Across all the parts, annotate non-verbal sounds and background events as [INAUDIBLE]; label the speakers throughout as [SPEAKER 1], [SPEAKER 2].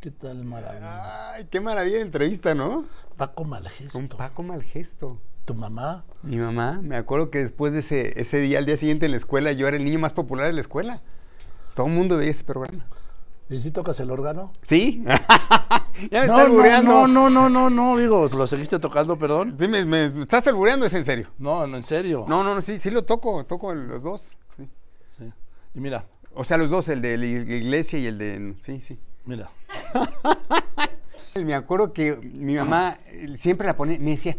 [SPEAKER 1] ¿Qué tal maravilla?
[SPEAKER 2] Ay, qué maravilla de entrevista, ¿no?
[SPEAKER 1] Paco Malgesto.
[SPEAKER 2] Con Paco Malgesto.
[SPEAKER 1] Tu mamá,
[SPEAKER 2] Mi mamá, me acuerdo que después de ese, ese día, al día siguiente en la escuela, yo era el niño más popular de la escuela. Todo el mundo veía ese programa.
[SPEAKER 1] ¿y si tocas el órgano?
[SPEAKER 2] ¿Sí? [LAUGHS] ya me estás
[SPEAKER 1] No, no,
[SPEAKER 2] albureando.
[SPEAKER 1] no, no, no, no, no, digo, lo seguiste tocando, perdón.
[SPEAKER 2] Sí, me, me- me estás albureando, es en serio.
[SPEAKER 1] No, no, en serio.
[SPEAKER 2] No, no, no, sí, sí lo toco, toco los dos. sí.
[SPEAKER 1] Sí. Y mira,
[SPEAKER 2] O sea, los dos, el de la ig- iglesia y el de... Sí, sí.
[SPEAKER 1] mira.
[SPEAKER 2] Me acuerdo que mi mamá eh, siempre la pone, me decía,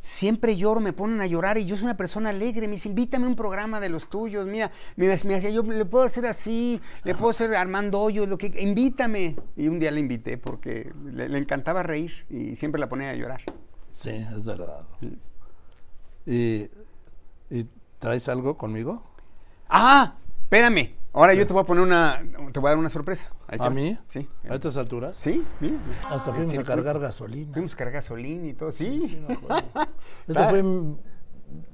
[SPEAKER 2] siempre lloro, me ponen a llorar y yo soy una persona alegre, me dice, invítame a un programa de los tuyos, mira, me, me hacía, yo le puedo hacer así, le puedo hacer Armando Hoyo, lo que, invítame. Y un día la invité porque le, le encantaba reír y siempre la ponía a llorar.
[SPEAKER 1] Sí, es verdad. ¿Y, y traes algo conmigo?
[SPEAKER 2] Ah, espérame, ahora yo te voy a poner una, te voy a dar una sorpresa. Ahí te
[SPEAKER 1] ¿A
[SPEAKER 2] va.
[SPEAKER 1] mí?
[SPEAKER 2] Sí. eh,
[SPEAKER 1] ¿A estas alturas?
[SPEAKER 2] Sí, Ah, mira.
[SPEAKER 1] Hasta
[SPEAKER 2] Es
[SPEAKER 1] fuimos a
[SPEAKER 2] decir,
[SPEAKER 1] cargar gasolina.
[SPEAKER 2] Fuimos a cargar gasolina y todo, sí.
[SPEAKER 1] Sí, me
[SPEAKER 2] [LAUGHS]
[SPEAKER 1] acuerdo.
[SPEAKER 2] Ah.
[SPEAKER 1] Esto
[SPEAKER 2] Claro.
[SPEAKER 1] fue en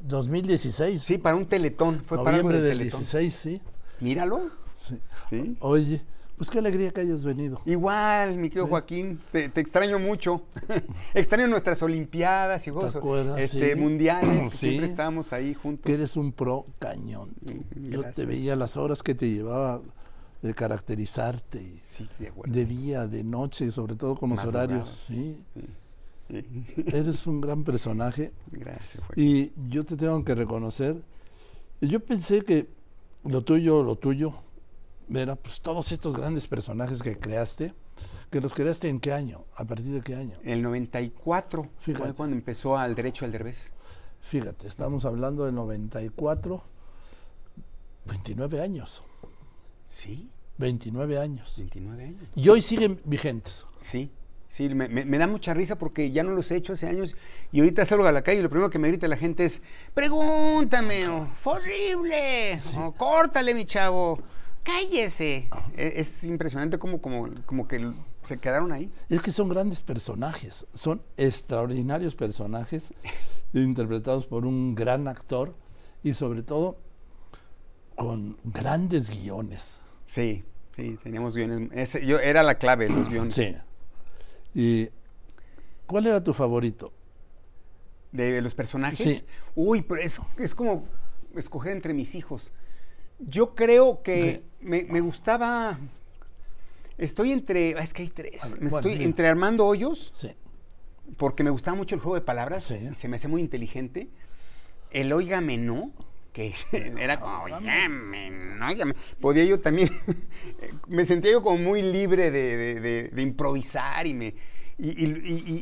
[SPEAKER 1] 2016.
[SPEAKER 2] Sí, para un teletón, fue para algo
[SPEAKER 1] noviembre
[SPEAKER 2] de
[SPEAKER 1] del
[SPEAKER 2] teletón.
[SPEAKER 1] 16, sí.
[SPEAKER 2] Míralo.
[SPEAKER 1] sí.
[SPEAKER 2] Sí.
[SPEAKER 1] Oye, pues qué alegría que hayas venido.
[SPEAKER 2] Igual, mi querido Joaquín, te, te extraño mucho. [LAUGHS] extraño nuestras Olimpiadas y juegos
[SPEAKER 1] acuerdas?
[SPEAKER 2] este,
[SPEAKER 1] Sí.
[SPEAKER 2] mundiales, que
[SPEAKER 1] Sí.
[SPEAKER 2] siempre estábamos ahí
[SPEAKER 1] Que
[SPEAKER 2] juntos.
[SPEAKER 1] eres un pro cañón. tú.
[SPEAKER 2] Mm,
[SPEAKER 1] Yo te
[SPEAKER 2] gracias.
[SPEAKER 1] veía las horas que te llevaba de caracterizarte. y
[SPEAKER 2] Sí, de acuerdo.
[SPEAKER 1] De día, de noche, sobre todo con los
[SPEAKER 2] Madrugada.
[SPEAKER 1] horarios.
[SPEAKER 2] [LAUGHS]
[SPEAKER 1] Sí.
[SPEAKER 2] Sí. [LAUGHS]
[SPEAKER 1] Eres un gran personaje.
[SPEAKER 2] Gracias, Joaquín.
[SPEAKER 1] Y yo te tengo que reconocer, yo pensé que lo tuyo, lo tuyo, era pues todos estos grandes personajes que creaste, que los creaste en qué año, a partir de qué año.
[SPEAKER 2] En el 94
[SPEAKER 1] Fíjate.
[SPEAKER 2] fue cuando empezó al derecho al derbez.
[SPEAKER 1] Fíjate, estamos hablando del 94, 29 años,
[SPEAKER 2] Sí,
[SPEAKER 1] 29 años.
[SPEAKER 2] 29 años.
[SPEAKER 1] Y hoy siguen vigentes.
[SPEAKER 2] Sí, sí, me, me- me da mucha risa porque ya no los he hecho hace años y ahorita salgo a la calle y lo primero que me grita la gente es, pregúntame, o, fue horrible, o, córtale mi chavo, cállese. E- Es, impresionante como, como, como que l- se quedaron ahí.
[SPEAKER 1] Es que son grandes personajes, son extraordinarios personajes interpretados por un gran actor y sobre todo con grandes guiones.
[SPEAKER 2] Sí, sí, teníamos guiones. Ese- yo, era la clave, los guiones.
[SPEAKER 1] ¿Y cuál era tu favorito?
[SPEAKER 2] De, de los personajes.
[SPEAKER 1] Sí.
[SPEAKER 2] Uy, pero es, es como escoger entre mis hijos. Yo creo que me, me gustaba. Estoy entre. ah, Es que hay tres.
[SPEAKER 1] A ver,
[SPEAKER 2] Me
[SPEAKER 1] ¿cuál?
[SPEAKER 2] estoy
[SPEAKER 1] Dime.
[SPEAKER 2] entre Armando Hoyos,
[SPEAKER 1] Sí.
[SPEAKER 2] porque me gustaba mucho el juego de palabras.
[SPEAKER 1] Sí.
[SPEAKER 2] y se me hacía muy inteligente. El Óigame No, que [LAUGHS] era
[SPEAKER 1] Ah,
[SPEAKER 2] como Óigame No, óigame". Podía yo también. [LAUGHS] me sentía yo como muy libre de, de- de- de improvisar y me. Y, y- y-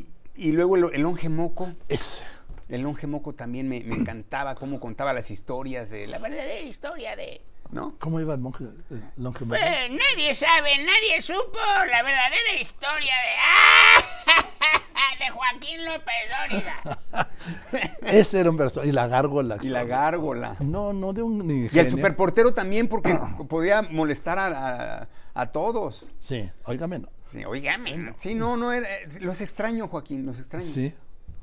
[SPEAKER 2] y- y luego el, el Onge Moco.
[SPEAKER 1] Ese.
[SPEAKER 2] El longe moco también me, me encantaba cómo contaba las historias de la verdadera historia de. ¿No?
[SPEAKER 1] ¿Cómo iba el monje? el longe moco?
[SPEAKER 2] Eh.
[SPEAKER 3] Pues, nadie sabe, nadie supo la verdadera historia de. ¡Ah! de [LAUGHS] Joaquín López Dóriga.
[SPEAKER 1] Ese era un personaje. Y la gárgola.
[SPEAKER 2] Y la gárgola.
[SPEAKER 1] No, no de un ingenio.
[SPEAKER 2] Y el superportero también, porque podía molestar a, a- a todos.
[SPEAKER 1] Sí, óigame. no.
[SPEAKER 2] Sí, oígame, ¿no? Sí, no, no era. eh, Los extraño, Joaquín, los extraño.
[SPEAKER 1] Sí.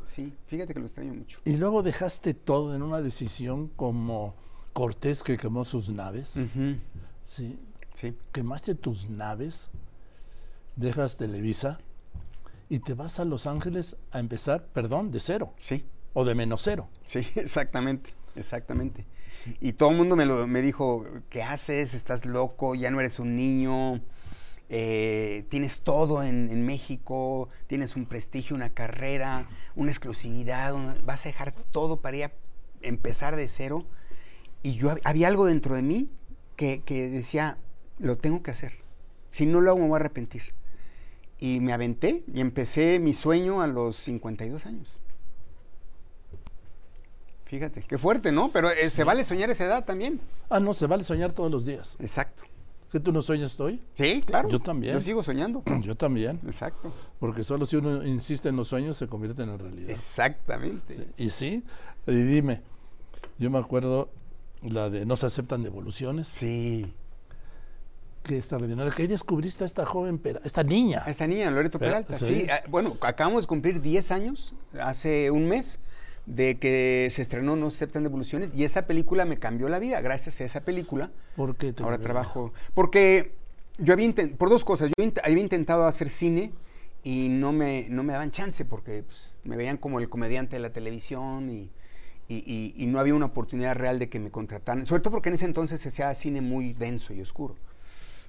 [SPEAKER 2] Sí, fíjate que los extraño mucho.
[SPEAKER 1] Y luego dejaste todo en una decisión como Cortés que quemó sus naves.
[SPEAKER 2] Ujú,
[SPEAKER 1] Sí.
[SPEAKER 2] Sí.
[SPEAKER 1] Quemaste tus naves, dejas Televisa y te vas a Los Ángeles a empezar, perdón, de cero
[SPEAKER 2] Sí.
[SPEAKER 1] o de menos cero.
[SPEAKER 2] Sí, [LAUGHS] exactamente, exactamente. Y todo el mundo me, lo, me dijo, ¿qué haces? ¿Estás loco? ¿Ya no eres un niño? eh, tienes todo en, en México, tienes un prestigio, una carrera, una exclusividad, una- vas a dejar todo para ir a empezar de cero. Y yo hab- había algo dentro de mí que, que decía, lo tengo que hacer. Si no lo hago me voy a arrepentir. Y me aventé y empecé mi sueño a los 52 años. Fíjate, qué fuerte, ¿no? Pero eh, se vale soñar esa edad también.
[SPEAKER 1] Ah, no, se vale soñar todos los días.
[SPEAKER 2] Exacto.
[SPEAKER 1] ¿Que tú no sueñas hoy? [CLEARS THROAT]
[SPEAKER 2] Sí, claro.
[SPEAKER 1] Yo también.
[SPEAKER 2] Yo
[SPEAKER 1] [CLEARS THROAT]
[SPEAKER 2] sigo soñando.
[SPEAKER 1] Yo también,
[SPEAKER 2] Exacto.
[SPEAKER 1] porque solo si uno insiste en los sueños se convierten en realidad.
[SPEAKER 2] Exactamente.
[SPEAKER 1] Sí, Y sí, y dime, yo me acuerdo la de no se aceptan devoluciones,
[SPEAKER 2] Sí.
[SPEAKER 1] que extraordinario, que ahí descubriste a esta joven, pera- esta niña.
[SPEAKER 2] A Ah, esta niña, Loreto
[SPEAKER 1] Pero,
[SPEAKER 2] Peralta.
[SPEAKER 1] sí.
[SPEAKER 2] Sí. ah, Bueno, acabamos de cumplir 10 años, hace un mes, de que se estrenó No se aceptan devoluciones. Y esa película me cambió la vida. Gracias a esa película,
[SPEAKER 1] ¿Por qué te
[SPEAKER 2] ahora
[SPEAKER 1] cambió la vida?
[SPEAKER 2] trabajo. Porque yo había inten- por dos cosas, yo int- había intentado hacer cine y no me, no me daban chance porque pues, me veían como el comediante de la televisión y, y- y- y no había una oportunidad real de que me contrataran, sobre todo porque en ese entonces se hacía cine muy denso y oscuro.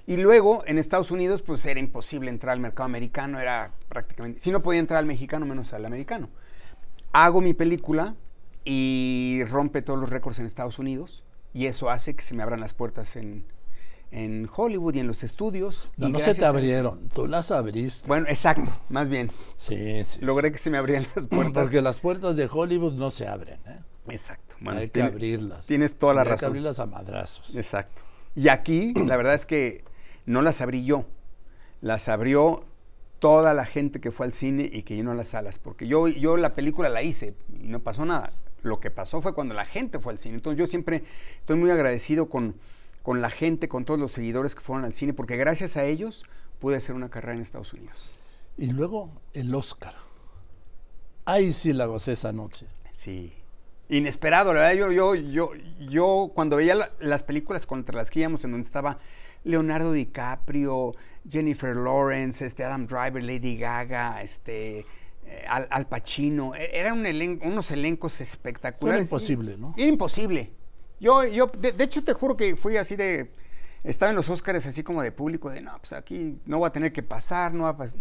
[SPEAKER 2] Y luego en Estados Unidos pues era imposible entrar al mercado americano, era prácticamente, si no podía entrar al mexicano menos al americano. Hago mi película y rompe todos los récords en Estados Unidos y eso hace que se me abran las puertas en, en Hollywood y en los estudios.
[SPEAKER 1] No,
[SPEAKER 2] y
[SPEAKER 1] no se
[SPEAKER 2] gracias
[SPEAKER 1] te
[SPEAKER 2] a-
[SPEAKER 1] abrieron, tú las abriste.
[SPEAKER 2] Bueno, exacto, más bien.
[SPEAKER 1] sí, sí.
[SPEAKER 2] Logré que se me abrieran las
[SPEAKER 1] sí.
[SPEAKER 2] puertas.
[SPEAKER 1] Porque las puertas de Hollywood no se abren, ¿eh?
[SPEAKER 2] Exacto. bueno,
[SPEAKER 1] hay que
[SPEAKER 2] tiene-
[SPEAKER 1] abrirlas.
[SPEAKER 2] Tienes toda la
[SPEAKER 1] Hay que
[SPEAKER 2] razón.
[SPEAKER 1] abrirlas a madrazos.
[SPEAKER 2] Exacto. Y aquí, la verdad es que no las abrí yo, las abrió toda la gente que fue al cine y que llenó las salas, porque yo, yo la película la hice y no pasó nada. Lo que pasó fue cuando la gente fue al cine. Entonces yo siempre estoy muy agradecido con, con la gente, con todos los seguidores que fueron al cine, porque gracias a ellos pude hacer una carrera en Estados Unidos.
[SPEAKER 1] Y luego el Oscar. Ahí sí la gocé esa noche.
[SPEAKER 2] Sí. Inesperado, la verdad, yo, yo, yo, yo cuando veía la- las películas contra las que íbamos, en donde estaba Leonardo DiCaprio, Jennifer Lawrence, este Adam Driver, Lady Gaga, este eh, Al, Al Pacino, e- eran un elen- unos elencos
[SPEAKER 1] Fue
[SPEAKER 2] espectaculares.
[SPEAKER 1] imposible, ¿no?
[SPEAKER 2] Era imposible. Yo, yo, de, de hecho, te juro que fui así de. Estaba en los Óscares así como de público, de no, pues aquí no va a tener que pasar, no va, a pas-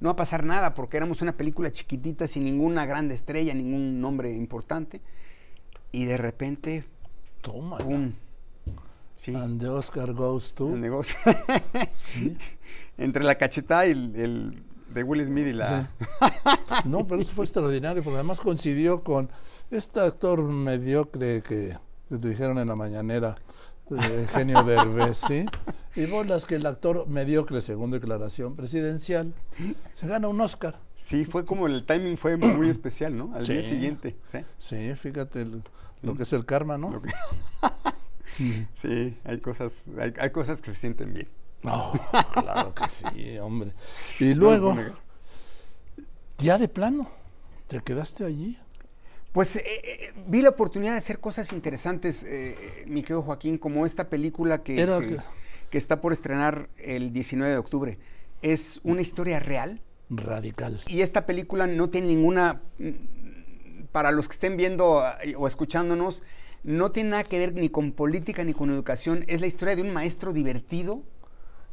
[SPEAKER 2] no va a pasar nada, porque éramos una película chiquitita, sin ninguna grande estrella, ningún nombre importante. Y de repente,
[SPEAKER 1] Toma.
[SPEAKER 2] ¡pum! Sí,
[SPEAKER 1] And the Oscar goes to.
[SPEAKER 2] el negocio.
[SPEAKER 1] Sí.
[SPEAKER 2] [LAUGHS] Entre la cachetada y el, el de Will Smith y la.
[SPEAKER 1] No, pero eso fue extraordinario, porque además coincidió con este actor mediocre que, que te dijeron en la mañanera, eh,
[SPEAKER 2] [LAUGHS]
[SPEAKER 1] Eugenio Derbez, ¿sí? Y bolas que el actor mediocre, según declaración presidencial, se gana un Oscar.
[SPEAKER 2] Sí, fue como el timing fue muy especial, ¿no? Al día
[SPEAKER 1] Sí.
[SPEAKER 2] siguiente. ¿sí?
[SPEAKER 1] Sí, fíjate el- lo que es el karma, ¿no?
[SPEAKER 2] Lo que- Sí, hay cosas, hay, hay cosas que se sienten bien. [LAUGHS]
[SPEAKER 1] No, claro que sí, hombre. Y luego, ya de plano, te quedaste allí.
[SPEAKER 2] Pues eh, eh, vi la oportunidad de hacer cosas interesantes, eh, eh, mi querido Joaquín, como esta película que,
[SPEAKER 1] Era-
[SPEAKER 2] que, que está por estrenar el 19 de octubre. Es una historia real
[SPEAKER 1] Radical.
[SPEAKER 2] y esta película no tiene ninguna, mm, para los que estén viendo ah, y- o escuchándonos, no tiene nada que ver ni con política ni con educación. Es la historia de un maestro divertido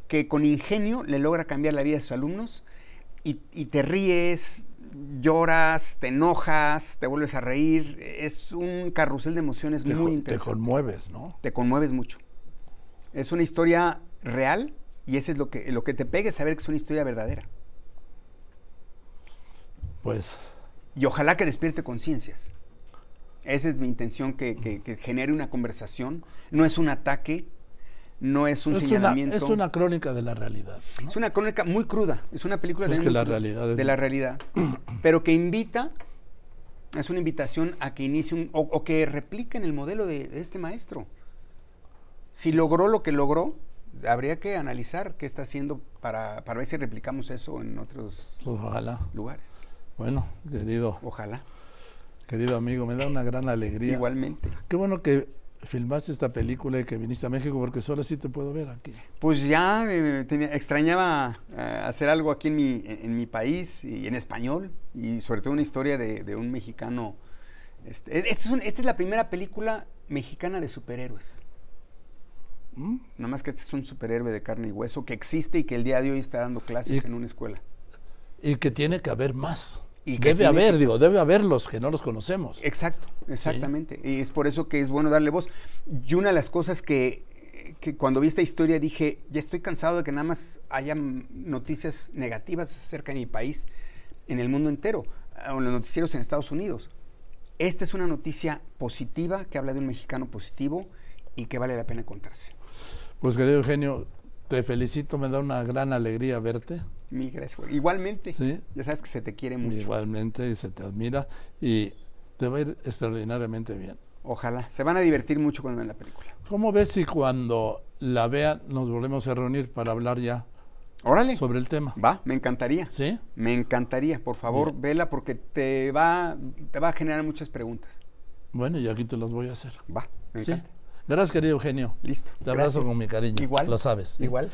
[SPEAKER 2] que con ingenio le logra cambiar la vida a sus alumnos y, y te ríes, lloras, te enojas, te vuelves a reír. Es un carrusel de emociones
[SPEAKER 1] Te,
[SPEAKER 2] muy
[SPEAKER 1] co- te
[SPEAKER 2] interesante.
[SPEAKER 1] conmueves, ¿no?
[SPEAKER 2] Te conmueves mucho. Es una historia real y eso es lo que, lo que te pega, es saber que es una historia verdadera.
[SPEAKER 1] Pues
[SPEAKER 2] y ojalá que despierte conciencias. Esa es mi intención, que, que- que genere una conversación. No es un ataque, no es un
[SPEAKER 1] es una,
[SPEAKER 2] señalamiento.
[SPEAKER 1] es una crónica de la realidad. ¿no?
[SPEAKER 2] Es una crónica muy cruda, es una película
[SPEAKER 1] Pues
[SPEAKER 2] también
[SPEAKER 1] que
[SPEAKER 2] muy
[SPEAKER 1] la
[SPEAKER 2] cruda
[SPEAKER 1] realidad es-
[SPEAKER 2] de la realidad, pero que invita, es una invitación a que inicie un, o, o que repliquen el modelo de, de este maestro. Si logró lo que logró, habría que analizar qué está haciendo para, para ver si replicamos eso en otros
[SPEAKER 1] Pues, ojalá.
[SPEAKER 2] lugares.
[SPEAKER 1] Bueno, querido,
[SPEAKER 2] Ojalá,
[SPEAKER 1] querido amigo, me da una gran alegría.
[SPEAKER 2] igualmente.
[SPEAKER 1] Qué bueno que filmaste esta película y que viniste a México porque solo así te puedo ver aquí.
[SPEAKER 2] Pues ya eh, tenía- extrañaba eh, hacer algo aquí en mi, en, en mi país y en español y sobre todo una historia de, de un mexicano. Este, e- este es un- esta es la primera película mexicana de superhéroes.
[SPEAKER 1] ¿Mm?
[SPEAKER 2] Nada más que este es un superhéroe de carne y hueso que existe y que el día de hoy está dando clases
[SPEAKER 1] Y-
[SPEAKER 2] en una escuela.
[SPEAKER 1] Y que tiene que haber más.
[SPEAKER 2] Y que
[SPEAKER 1] debe
[SPEAKER 2] tiene
[SPEAKER 1] haber,
[SPEAKER 2] que- Eh.
[SPEAKER 1] digo, debe haberlos que no los conocemos.
[SPEAKER 2] Exacto, exactamente. Y es por eso que es bueno darle voz. Y una de las cosas que, que cuando vi esta historia dije, ya estoy cansado de que nada más haya mm, noticias negativas acerca de mi país en el mundo entero, ah, o en los noticieros en Estados Unidos. Esta es una noticia positiva que habla de un mexicano positivo y que vale la pena contarse.
[SPEAKER 1] Pues querido Eugenio, te felicito, me da una gran alegría verte.
[SPEAKER 2] Mil gracias. Juan. Igualmente,
[SPEAKER 1] Sí.
[SPEAKER 2] ya sabes que se te quiere mucho.
[SPEAKER 1] Igualmente, y se te admira y te va a ir extraordinariamente bien.
[SPEAKER 2] Ojalá. Se van a divertir mucho cuando vean la película.
[SPEAKER 1] ¿Cómo ves si cuando la vean nos volvemos a reunir para hablar ya
[SPEAKER 2] Órale.
[SPEAKER 1] sobre el tema?
[SPEAKER 2] Va, me encantaría.
[SPEAKER 1] ¿Sí?
[SPEAKER 2] Me encantaría, por favor,
[SPEAKER 1] Bien.
[SPEAKER 2] vela porque te va, te va a generar muchas preguntas.
[SPEAKER 1] Bueno, y aquí te las voy a hacer.
[SPEAKER 2] Va, me
[SPEAKER 1] ¿Sí?
[SPEAKER 2] encanta.
[SPEAKER 1] Gracias, querido Eugenio.
[SPEAKER 2] Listo.
[SPEAKER 1] Te abrazo
[SPEAKER 2] gracias.
[SPEAKER 1] con mi cariño.
[SPEAKER 2] Igual.
[SPEAKER 1] Lo sabes.
[SPEAKER 2] Igual.